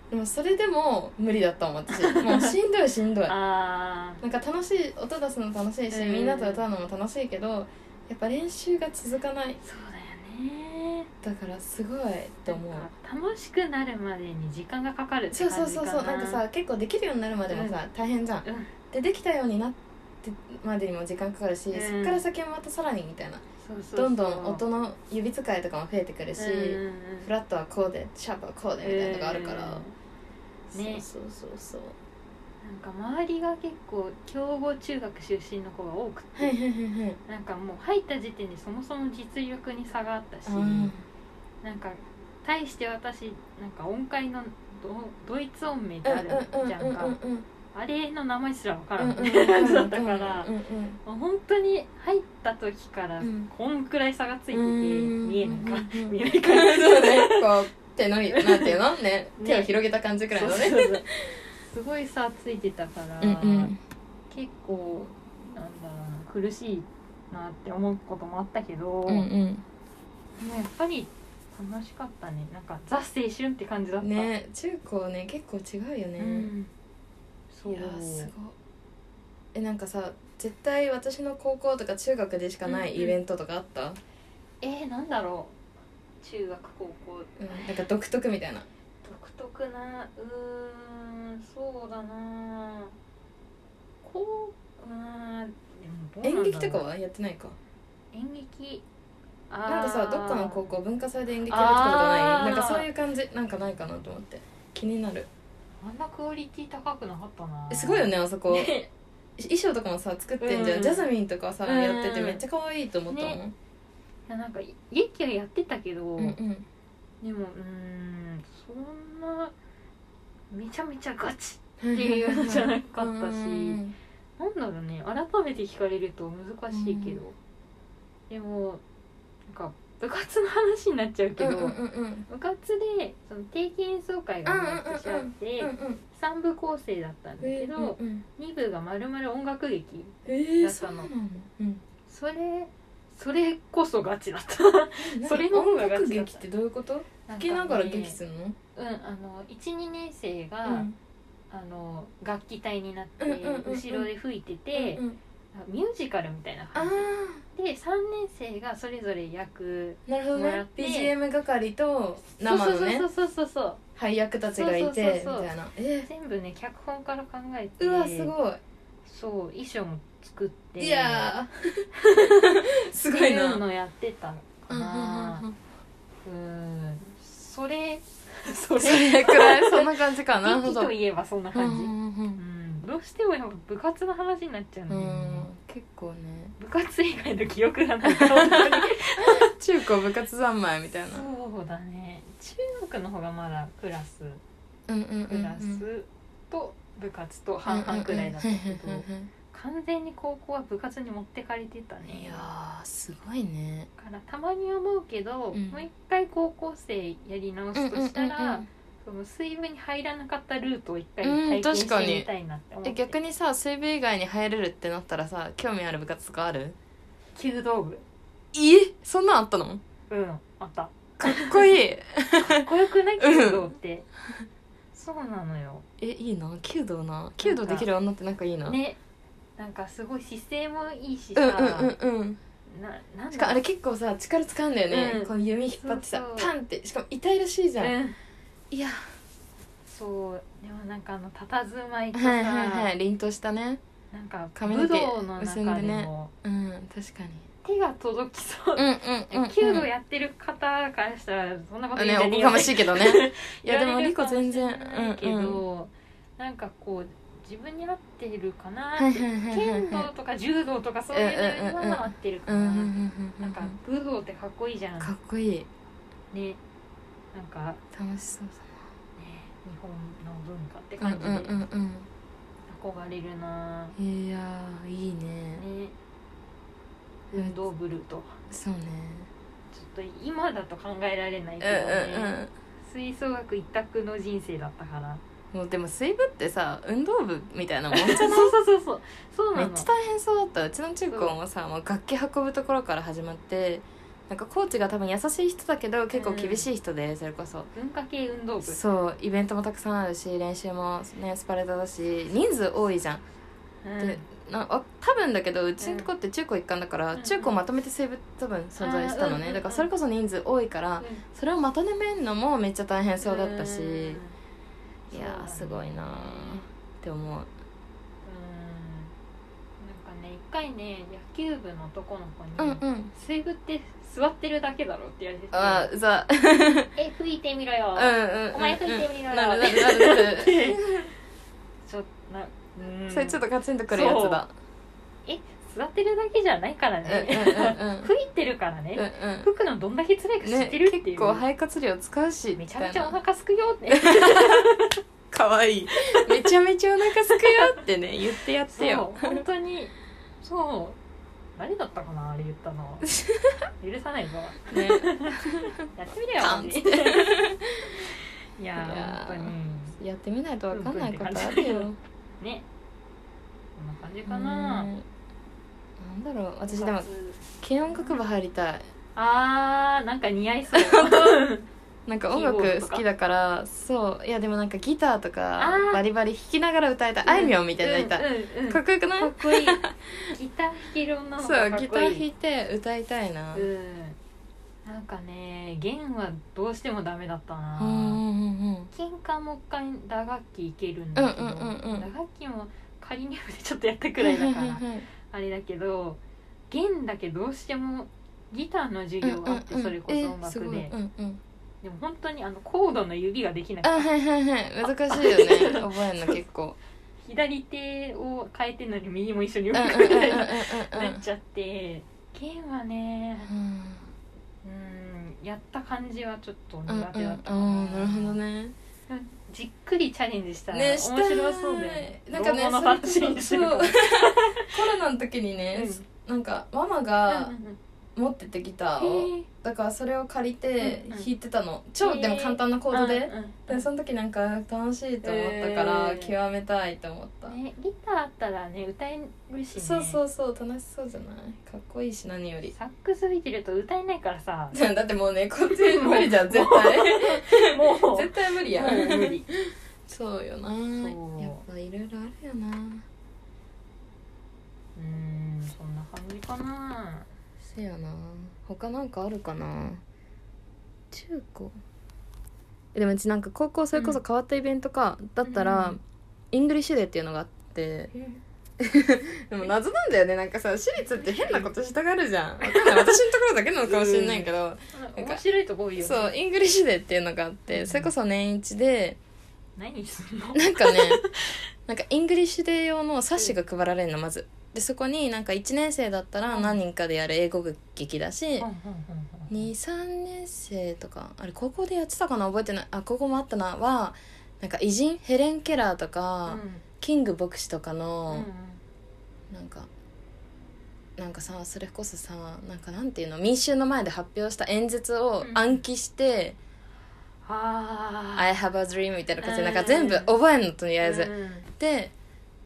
[SPEAKER 3] でもそれでも無理だったもん 私もうしんどいしんどい
[SPEAKER 2] あ
[SPEAKER 3] なんか楽しい音出すの楽しいし、
[SPEAKER 2] うん
[SPEAKER 3] みんなと歌うのも楽しいけどやっぱ練習が続かない
[SPEAKER 2] ーそうだよね
[SPEAKER 3] だからすごいと思う
[SPEAKER 2] なんか楽しくなるまでに時間がかかるって
[SPEAKER 3] そう
[SPEAKER 2] 感じか
[SPEAKER 3] そう
[SPEAKER 2] な
[SPEAKER 3] そうそうなんかさ結構できるようになるまでもさ、大変じゃん、
[SPEAKER 2] うん
[SPEAKER 3] でできたようになってまでにも時間かかるし、
[SPEAKER 2] うん
[SPEAKER 3] そっから先はまたさらにみたいな
[SPEAKER 2] そうそうそう
[SPEAKER 3] どんどん音の指使いとかも増えてくるし、
[SPEAKER 2] うんうんうん
[SPEAKER 3] フラットはこうでシャープはこうでみたいなのがあるから、
[SPEAKER 2] うんね
[SPEAKER 3] そうそうそうそう
[SPEAKER 2] なんか周りが結構強豪中学出身の子が多くて、
[SPEAKER 3] はいはいはいはい
[SPEAKER 2] なんかもう入った時点でそもそも実力に差があったし、なんか対して私なんか音階のドドイツ音名ってあるじゃんかあれの名前すら分からんみたいな感じだったから
[SPEAKER 3] うんうん
[SPEAKER 2] もう本当に入った時から
[SPEAKER 3] うん
[SPEAKER 2] こんくらい差がついてて
[SPEAKER 3] うんうん
[SPEAKER 2] 見えないか
[SPEAKER 3] うんうん
[SPEAKER 2] 見えないか
[SPEAKER 3] そうねこう手のひなんていうのね
[SPEAKER 2] ね
[SPEAKER 3] 手を広げた感じくらいの
[SPEAKER 2] そう
[SPEAKER 3] ね
[SPEAKER 2] そうそうすごい差ついてたから
[SPEAKER 3] うんうん
[SPEAKER 2] 結構なんだろうな苦しいなって思うこともあったけど
[SPEAKER 3] うんうん
[SPEAKER 2] でもやっぱり楽しかったねなんかザ青春って感じだった
[SPEAKER 3] ね中高ね結構違うよね、
[SPEAKER 2] うんそう
[SPEAKER 3] いやーすごいえなんかさ絶対私の高校とか中学でしかな
[SPEAKER 2] う
[SPEAKER 3] い
[SPEAKER 2] んうん
[SPEAKER 3] イベントとかあった、
[SPEAKER 2] えー、なんだろう中学高校
[SPEAKER 3] うんなんか独特みたいな
[SPEAKER 2] 独特なうーんそうだなこううーんでもどうなん
[SPEAKER 3] 演
[SPEAKER 2] だろう
[SPEAKER 3] 劇とかはやってないか
[SPEAKER 2] 演劇あー
[SPEAKER 3] なんかさどっかの高校文化祭で演劇やるとかじゃな
[SPEAKER 2] あ
[SPEAKER 3] い
[SPEAKER 2] ー
[SPEAKER 3] なんかそういう感じなんかないかなと思って気になる
[SPEAKER 2] あんなクオリティ高くなかったな
[SPEAKER 3] えすごいよねあそこ、
[SPEAKER 2] ね
[SPEAKER 3] 衣装とかもさ作ってんじゃん、
[SPEAKER 2] うん
[SPEAKER 3] ジャスミンとかさ
[SPEAKER 2] うん
[SPEAKER 3] やっててめっちゃ可愛いと思ったもん、
[SPEAKER 2] いやなんか劇はやってたけど、
[SPEAKER 3] うんうん
[SPEAKER 2] でもうーんそんなめちゃめちゃガチ
[SPEAKER 3] って
[SPEAKER 2] いうんじゃなかったし
[SPEAKER 3] うん
[SPEAKER 2] なんだろうね改めて聞かれると難しいけど、でもなんか部活の話になっちゃうけ
[SPEAKER 3] うん
[SPEAKER 2] ど、
[SPEAKER 3] うんうん
[SPEAKER 2] 部活でその定期演奏会が毎年あって
[SPEAKER 3] うんうん
[SPEAKER 2] 3部構成だったんだ
[SPEAKER 3] え
[SPEAKER 2] け
[SPEAKER 3] ー
[SPEAKER 2] ど
[SPEAKER 3] うんうん
[SPEAKER 2] 2部がまるまる音楽劇
[SPEAKER 3] えー
[SPEAKER 2] だっ
[SPEAKER 3] そ
[SPEAKER 2] た
[SPEAKER 3] うな
[SPEAKER 2] の
[SPEAKER 3] のうん
[SPEAKER 2] それそれこそガチだったそれの方
[SPEAKER 3] 音
[SPEAKER 2] がガチだっ
[SPEAKER 3] 楽
[SPEAKER 2] た
[SPEAKER 3] 劇ってどういうこと
[SPEAKER 2] なんかね
[SPEAKER 3] 吹きながら劇するの
[SPEAKER 2] うんあの12年生が、
[SPEAKER 3] うん
[SPEAKER 2] あの楽器隊になって、
[SPEAKER 3] うんうんうんうん
[SPEAKER 2] 後ろで吹いてて
[SPEAKER 3] う、んうん
[SPEAKER 2] あミュージカルみたいな
[SPEAKER 3] あ
[SPEAKER 2] 感じで3年生がそれぞれ役
[SPEAKER 3] あなるほど
[SPEAKER 2] もら
[SPEAKER 3] ね
[SPEAKER 2] って
[SPEAKER 3] BGM 係と生のね
[SPEAKER 2] そうそうそうそうそうそう
[SPEAKER 3] 配役たちがいて
[SPEAKER 2] そうそうそうそう
[SPEAKER 3] みたいなえ
[SPEAKER 2] 全部ね脚本から考えて
[SPEAKER 3] ーうわすごい
[SPEAKER 2] そう衣装も作って
[SPEAKER 3] いやー す
[SPEAKER 2] っ
[SPEAKER 3] ご
[SPEAKER 2] て
[SPEAKER 3] い
[SPEAKER 2] い
[SPEAKER 3] な
[SPEAKER 2] うのやってたかなうんそれそ
[SPEAKER 3] それくらいそんな感じかな
[SPEAKER 2] 劇といえばそんな感じ、うん
[SPEAKER 3] 感
[SPEAKER 2] どうしてもやっぱ部活の話になっちゃうんだ
[SPEAKER 3] う
[SPEAKER 2] よね、
[SPEAKER 3] ん結構ね
[SPEAKER 2] 部活以外の記憶がないから本当に
[SPEAKER 3] 中高部活三昧みたいな
[SPEAKER 2] そうだね中学の方がまだクラス
[SPEAKER 3] うんうんうん
[SPEAKER 2] クラスと部活と半々くらいだったけど
[SPEAKER 3] うんうんうん
[SPEAKER 2] 完全に高校は部活に持ってかれてたね
[SPEAKER 3] いやーすごいね
[SPEAKER 2] だからたまに思うけど、
[SPEAKER 3] うん
[SPEAKER 2] もう一回高校生やり直すとしたら、
[SPEAKER 3] うんうんうんうん
[SPEAKER 2] その水分に入らなかったルートを一回
[SPEAKER 3] うん
[SPEAKER 2] 体験し
[SPEAKER 3] 確かに
[SPEAKER 2] てみたいなって思って、
[SPEAKER 3] え逆にさ水泳以外に入れるってなったらさ興味ある部活とかある
[SPEAKER 2] 弓道部
[SPEAKER 3] えそんなんあったの
[SPEAKER 2] うんあった
[SPEAKER 3] かっこい い
[SPEAKER 2] かっこよくない
[SPEAKER 3] うん
[SPEAKER 2] 弓道って、そうなのよ
[SPEAKER 3] えいいな弓道な弓道できる女ってなんかいいな
[SPEAKER 2] ねなんかすごい姿勢もいいし
[SPEAKER 3] う
[SPEAKER 2] さ、
[SPEAKER 3] んうんうんうん
[SPEAKER 2] ななん
[SPEAKER 3] しかもあれ結構さ力使うんだよね、
[SPEAKER 2] うん
[SPEAKER 3] この弓引っ張ってさ
[SPEAKER 2] そうそう
[SPEAKER 3] パンってしかも痛いらしいじゃん、
[SPEAKER 2] うん
[SPEAKER 3] いや
[SPEAKER 2] そうでもなんかあの佇まいとさ、
[SPEAKER 3] はいはいはい凛としたね
[SPEAKER 2] なんか
[SPEAKER 3] 髪の
[SPEAKER 2] 武
[SPEAKER 3] 毛
[SPEAKER 2] 道の中
[SPEAKER 3] 結
[SPEAKER 2] で
[SPEAKER 3] ん
[SPEAKER 2] も
[SPEAKER 3] でねうん確かに
[SPEAKER 2] 手が届きそう
[SPEAKER 3] うんうんうん、うん、
[SPEAKER 2] 弓道やってる方からしたらそんなこと言
[SPEAKER 3] ね
[SPEAKER 2] うんじゃ
[SPEAKER 3] おこ
[SPEAKER 2] ねえ
[SPEAKER 3] が
[SPEAKER 2] よ
[SPEAKER 3] ましいけどね いやでもリコ全然
[SPEAKER 2] うんけ
[SPEAKER 3] うんうん
[SPEAKER 2] どなんかこう自分に合ってるかな
[SPEAKER 3] はいはいはいはい
[SPEAKER 2] 剣道
[SPEAKER 3] はい
[SPEAKER 2] とか柔道とかそういうのは合ってるか
[SPEAKER 3] うんうんうんう
[SPEAKER 2] な
[SPEAKER 3] ん
[SPEAKER 2] なんか武道ってかっこいいじゃん
[SPEAKER 3] かっこいい
[SPEAKER 2] ねなんか
[SPEAKER 3] 楽しそう
[SPEAKER 2] ね日本の文化って
[SPEAKER 3] だ
[SPEAKER 2] 感
[SPEAKER 3] ね
[SPEAKER 2] じ
[SPEAKER 3] うん
[SPEAKER 2] で
[SPEAKER 3] うん
[SPEAKER 2] 憧れるな
[SPEAKER 3] うんいやーいいね
[SPEAKER 2] ね
[SPEAKER 3] うん
[SPEAKER 2] 運動ブルーと
[SPEAKER 3] そうね
[SPEAKER 2] ちょっと今だと考えられないけど
[SPEAKER 3] うんうん
[SPEAKER 2] ね
[SPEAKER 3] うん
[SPEAKER 2] 吹奏楽一択の人生だったから
[SPEAKER 3] もうでも水分ってさ運動部みたいな もんじゃない
[SPEAKER 2] そうそうそうそうそう
[SPEAKER 3] め
[SPEAKER 2] な
[SPEAKER 3] っ
[SPEAKER 2] の
[SPEAKER 3] ちゃ大変そうだったうちの中高もさもう楽器運ぶところから始まってなんかコーチが多分優しい人だけど結構厳しい人で、それこそ
[SPEAKER 2] 文化系運動部
[SPEAKER 3] そうイベントもたくさんあるし練習もねスパルタだし人数多いじゃん、
[SPEAKER 2] うん
[SPEAKER 3] でなあ多分だけどうちのとこって中高一貫だから、
[SPEAKER 2] うん
[SPEAKER 3] 中高まとめて生部多分存在したのね、
[SPEAKER 2] あーうんうんうん
[SPEAKER 3] だからそれこそ人数多いからそれをまとめるのもめっちゃ大変そうだったし、
[SPEAKER 2] うん
[SPEAKER 3] いやーすごいなーって思う
[SPEAKER 2] うんなんかね一回ね野球部の男の
[SPEAKER 3] う
[SPEAKER 2] 子
[SPEAKER 3] ん
[SPEAKER 2] に、
[SPEAKER 3] うん
[SPEAKER 2] 水部って座ってるだけだろって言われて
[SPEAKER 3] あ
[SPEAKER 2] て
[SPEAKER 3] ーざ
[SPEAKER 2] え吹いてみろよ、
[SPEAKER 3] うんうん
[SPEAKER 2] お前吹いてみろよ
[SPEAKER 3] なるなるなるなる
[SPEAKER 2] ちょなうん
[SPEAKER 3] それちょっとカチンとくるやつだ
[SPEAKER 2] え座ってるだけじゃないから
[SPEAKER 3] う
[SPEAKER 2] ね、
[SPEAKER 3] んうんうんうん
[SPEAKER 2] 吹いてるからね、
[SPEAKER 3] うんうん
[SPEAKER 2] 吹くのどんだけ辛いか知
[SPEAKER 3] ね
[SPEAKER 2] ってるっていう、
[SPEAKER 3] 結構肺活量使うし
[SPEAKER 2] めちゃめちゃ
[SPEAKER 3] み
[SPEAKER 2] お
[SPEAKER 3] たいな
[SPEAKER 2] 腹すくよって
[SPEAKER 3] かわいいめちゃめちゃお腹すくよってね言ってやってよ
[SPEAKER 2] そう本当に そう誰だったかなあれ言った の許さないぞ
[SPEAKER 3] ね
[SPEAKER 2] やってみれよ
[SPEAKER 3] パン
[SPEAKER 2] マジ
[SPEAKER 3] つっ
[SPEAKER 2] でい
[SPEAKER 3] いや
[SPEAKER 2] や
[SPEAKER 3] ー
[SPEAKER 2] ー本
[SPEAKER 3] やってみないとわかんないことあるよ
[SPEAKER 2] 当にねこんな感じかな、
[SPEAKER 3] ねなんだろう私でも軽音楽部入りたい
[SPEAKER 2] あーなんか似合いそう
[SPEAKER 3] なんか音楽
[SPEAKER 2] キーボードとか
[SPEAKER 3] 好きだからそういやでもなんかギターとか
[SPEAKER 2] あー
[SPEAKER 3] バリバリ弾きながら歌いたい あいみょんみたいになりたい、
[SPEAKER 2] うんうんうん
[SPEAKER 3] かっこよくない
[SPEAKER 2] かっこいいギター弾ける女の子
[SPEAKER 3] そう
[SPEAKER 2] かっ
[SPEAKER 3] ギタ
[SPEAKER 2] こ
[SPEAKER 3] ー
[SPEAKER 2] い
[SPEAKER 3] 弾
[SPEAKER 2] い
[SPEAKER 3] いて歌いたいな、
[SPEAKER 2] うんなんかね弦はどうしてもダメだったな
[SPEAKER 3] うんうんうんうん
[SPEAKER 2] 金管もう一回打楽器いけるんだけど、
[SPEAKER 3] うんうんうんうん
[SPEAKER 2] 打楽器も仮にでちょっとやったくらいだか
[SPEAKER 3] はい
[SPEAKER 2] ら
[SPEAKER 3] はいはいはい
[SPEAKER 2] あれだけど弦だけどうしてもギターの授業があって
[SPEAKER 3] うんうんうん
[SPEAKER 2] それこそ音楽で、
[SPEAKER 3] えすごいうんうん
[SPEAKER 2] でも本当にあのコードの指ができな
[SPEAKER 3] あ
[SPEAKER 2] くて
[SPEAKER 3] はいはいはい難しいよ ね覚えるの結構
[SPEAKER 2] 左手を変えてんのに右も一緒に
[SPEAKER 3] う
[SPEAKER 2] 動
[SPEAKER 3] んうんうん
[SPEAKER 2] く
[SPEAKER 3] うんう
[SPEAKER 2] み
[SPEAKER 3] ん
[SPEAKER 2] たい
[SPEAKER 3] うん
[SPEAKER 2] ななっちゃって弦はねうんやった感じはちょっと
[SPEAKER 3] う
[SPEAKER 2] 苦
[SPEAKER 3] んうん
[SPEAKER 2] 手だったかな,、
[SPEAKER 3] うんなるほどね
[SPEAKER 2] じっくりチャレンジしたら
[SPEAKER 3] ね
[SPEAKER 2] 面
[SPEAKER 3] した
[SPEAKER 2] 白
[SPEAKER 3] い
[SPEAKER 2] そうだよね
[SPEAKER 3] なんかね
[SPEAKER 2] 老後の楽しみにしてるから
[SPEAKER 3] そうコロナの時にね、なんかママが
[SPEAKER 2] うんうんうん
[SPEAKER 3] 持っててギターを、
[SPEAKER 2] へえ
[SPEAKER 3] だからそれを借りて
[SPEAKER 2] うんうん
[SPEAKER 3] 弾いてたの、超でも簡単なコードで、
[SPEAKER 2] うんうん
[SPEAKER 3] でその時なんか楽しいと思ったから、
[SPEAKER 2] へー
[SPEAKER 3] 極めたいと思った、
[SPEAKER 2] ね、ギターあったらね歌えるしね
[SPEAKER 3] そうそううそう楽しそうじゃないかっこいいし何より
[SPEAKER 2] サックス吹いてると歌えないか らさ
[SPEAKER 3] だってもうねこっち無理じゃん絶対
[SPEAKER 2] もう
[SPEAKER 3] 絶対無理やん
[SPEAKER 2] もう無理
[SPEAKER 3] そうよな
[SPEAKER 2] そう
[SPEAKER 3] やっぱいろいろあるよな
[SPEAKER 2] うーんそんな感じかな
[SPEAKER 3] せやな他なんかあるかな中高えでもうちなんか高校それこそ変わったイベントか、だったら、
[SPEAKER 2] うん
[SPEAKER 3] イングリッシュデーっていうのがあってでも謎なんだよねなんかさ私立って変なことしたがる じゃんわかんない私のところだけなのかもしれないけど、なんか
[SPEAKER 2] 面白いとこ多いよ、ね、
[SPEAKER 3] そうイングリッシュデーっていうのがあってそれこそ年一で
[SPEAKER 2] 何すん の
[SPEAKER 3] なんかねなんかイングリッシュデー用の冊子が配られるのまずでそこになんか1年生だったら何人かでやる英語劇だし、23年生とかあれ高校でやってたかな覚えてないあ高校もあったなはなんか偉人ヘレン・ケラーと
[SPEAKER 2] うん
[SPEAKER 3] か、キング牧師とかの、なんかなんかさそれこそさなんかなんていうの民衆の前で発表した演説を
[SPEAKER 2] うん
[SPEAKER 3] 暗記して「
[SPEAKER 2] あ
[SPEAKER 3] I have a dream」みたいな感じでなんか
[SPEAKER 2] うん
[SPEAKER 3] 全部覚えんのとり
[SPEAKER 2] と
[SPEAKER 3] あえず。で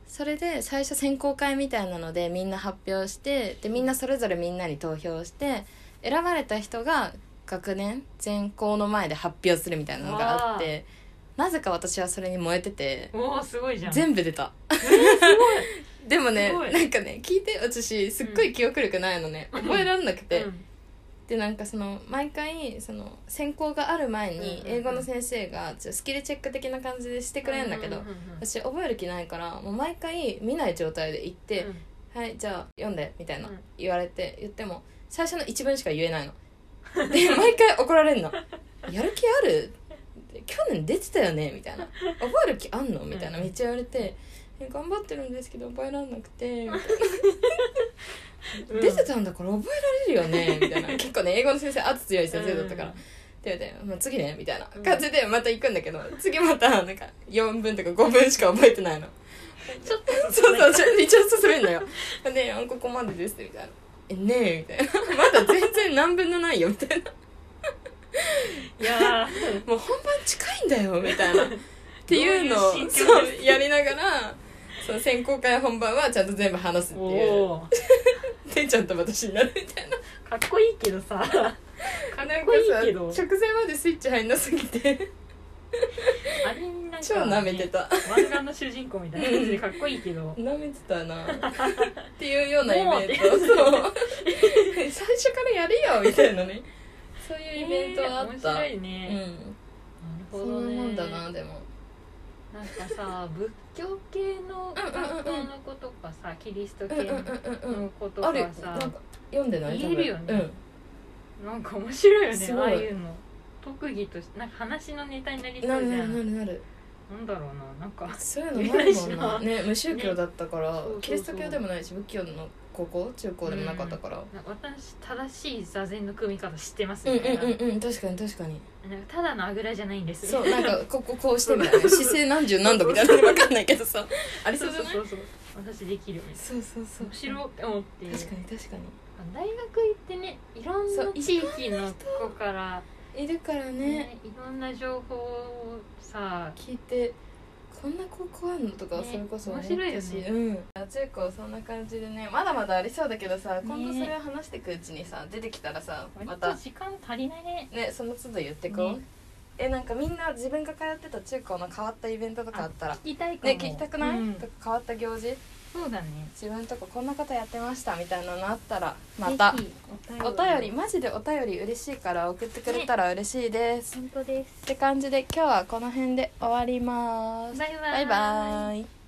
[SPEAKER 3] それで最初選考会みたいなのでみんな発表してでみんなそれぞれみんなに投票して選ばれた人が学年全校の前で発表するみたいなのがあってなぜか私はそれに燃えてて
[SPEAKER 2] おおすごいじゃん
[SPEAKER 3] 全部出た でもね
[SPEAKER 2] すごい
[SPEAKER 3] なんかね聞いて私すっごい記憶力ないのね、
[SPEAKER 2] うん
[SPEAKER 3] 覚えられなくて、
[SPEAKER 2] うん
[SPEAKER 3] でなんかその毎回その選考がある前に
[SPEAKER 2] うんうんうん
[SPEAKER 3] 英語の先生がちょっとスキルチェック的な感じでしてくれるんだけど、
[SPEAKER 2] うううんうん
[SPEAKER 3] 私覚える気ないからもう毎回見ない状態で行って「
[SPEAKER 2] うん
[SPEAKER 3] はいじゃあ読んで」みたいな
[SPEAKER 2] うん
[SPEAKER 3] 言われて言っても最初の一文しか言えないので毎回怒られるの「やる気ある?」去年出てたよねみたいな「覚える気あんの?」みたいなめっちゃ言われて「え頑張ってるんですけど覚えられなくて」みたいな「出てたんだから覚えられるよね」みたいな結構ね英語の先生圧強い先生だったから。ででまあ、次ねみたいな感じでまた行くんだけど、次またなんか4分とか5分しか覚えてないの
[SPEAKER 2] ちょっ
[SPEAKER 3] そうそうちょ一応進めんの よであ「ここまでです」みたいな「えねえ」みたいな「 まだ全然何分のないよ」みたいな
[SPEAKER 2] といや
[SPEAKER 3] 「もう本番近いんだよ」みたい なっていうのを
[SPEAKER 2] どういう心境
[SPEAKER 3] そうやりながらその選考会本番はちゃんと全部話すっ
[SPEAKER 2] ー
[SPEAKER 3] ていう
[SPEAKER 2] おお
[SPEAKER 3] てんちゃんと私になるみたいな
[SPEAKER 2] かっこいいけどさかっ
[SPEAKER 3] なん
[SPEAKER 2] こいい
[SPEAKER 3] かさ
[SPEAKER 2] けど
[SPEAKER 3] 直前までスイッチ入んなすぎ て
[SPEAKER 2] あれになんか
[SPEAKER 3] 超舐めてた
[SPEAKER 2] 漫画の主人公みたいな感じでかっこいいけど
[SPEAKER 3] 舐めてたなっていうようなイベント
[SPEAKER 2] も
[SPEAKER 3] そうう 最初からやれよみたいなねそういうイベントはあっ
[SPEAKER 2] 面
[SPEAKER 3] た、
[SPEAKER 2] 白いね
[SPEAKER 3] うんそ
[SPEAKER 2] なるほど
[SPEAKER 3] ん
[SPEAKER 2] ね
[SPEAKER 3] なもんだなでも
[SPEAKER 2] なんかさ仏教系の学校の子とかさキリスト
[SPEAKER 3] うんうんう
[SPEAKER 2] 系
[SPEAKER 3] んうんう
[SPEAKER 2] の
[SPEAKER 3] ん
[SPEAKER 2] 子と
[SPEAKER 3] あ
[SPEAKER 2] か
[SPEAKER 3] るよな
[SPEAKER 2] さ
[SPEAKER 3] んか読んでない
[SPEAKER 2] 言えるよね
[SPEAKER 3] 多分
[SPEAKER 2] なんか面白いよ
[SPEAKER 3] す
[SPEAKER 2] ね
[SPEAKER 3] ごい
[SPEAKER 2] ああいうの特技としてなんか話のネタにな
[SPEAKER 3] う
[SPEAKER 2] り
[SPEAKER 3] ん
[SPEAKER 2] そ
[SPEAKER 3] な
[SPEAKER 2] う
[SPEAKER 3] る
[SPEAKER 2] じ
[SPEAKER 3] なるなんるな
[SPEAKER 2] ゃ
[SPEAKER 3] る
[SPEAKER 2] なんだろうななんか
[SPEAKER 3] そういうのないもんな
[SPEAKER 2] ないしな
[SPEAKER 3] ね無宗教だったから、
[SPEAKER 2] そうそうそう
[SPEAKER 3] キリスト教でもないし仏教の高校中高でもなかったから、
[SPEAKER 2] な私正しい座禅の組み方知ってます
[SPEAKER 3] うん、う
[SPEAKER 2] み
[SPEAKER 3] ん
[SPEAKER 2] た
[SPEAKER 3] う
[SPEAKER 2] い
[SPEAKER 3] ん
[SPEAKER 2] な,、
[SPEAKER 3] うん確かに確かに
[SPEAKER 2] なんかただのあぐらじゃないんです
[SPEAKER 3] そう
[SPEAKER 2] みた
[SPEAKER 3] ないんかこここうしてみたいな姿勢何十何度みたいな分かんないけどさありそ
[SPEAKER 2] そうう
[SPEAKER 3] じ
[SPEAKER 2] そ
[SPEAKER 3] ゃな
[SPEAKER 2] う
[SPEAKER 3] い
[SPEAKER 2] そうそう私できるよみたい
[SPEAKER 3] そうそうそう
[SPEAKER 2] な面白いって思って
[SPEAKER 3] 確かに確か
[SPEAKER 2] 大学行ってねいろん
[SPEAKER 3] そ
[SPEAKER 2] な
[SPEAKER 3] う
[SPEAKER 2] 地域の子から
[SPEAKER 3] にいるからね
[SPEAKER 2] ねいろんな情報をさ
[SPEAKER 3] 聞いてこんな高校あんのとか、
[SPEAKER 2] ね
[SPEAKER 3] それこそ
[SPEAKER 2] 面白いよね
[SPEAKER 3] うん、中高そんな感じでねまだまだありそうだけどさ
[SPEAKER 2] ね
[SPEAKER 3] 今度それを話してくうちにさ出てきたらさま
[SPEAKER 2] 割
[SPEAKER 3] た
[SPEAKER 2] と時間足りないね
[SPEAKER 3] ねその都度言ってこう、
[SPEAKER 2] ね
[SPEAKER 3] えなんかみんな自分が通ってた中高の変わったイベントとかあったら
[SPEAKER 2] 聞きたいかも
[SPEAKER 3] ね聞きたくない、
[SPEAKER 2] うん
[SPEAKER 3] とか変わった行事
[SPEAKER 2] そうだね
[SPEAKER 3] 自分とここんなことやってましたみたいなのあったらまた
[SPEAKER 2] ぜひ
[SPEAKER 3] お便りマジでお便り嬉しいから送ってくれたら嬉しいです、
[SPEAKER 2] 本当です
[SPEAKER 3] って感じで今日はこの辺で終わります
[SPEAKER 2] バイバーイ
[SPEAKER 3] バイバーイ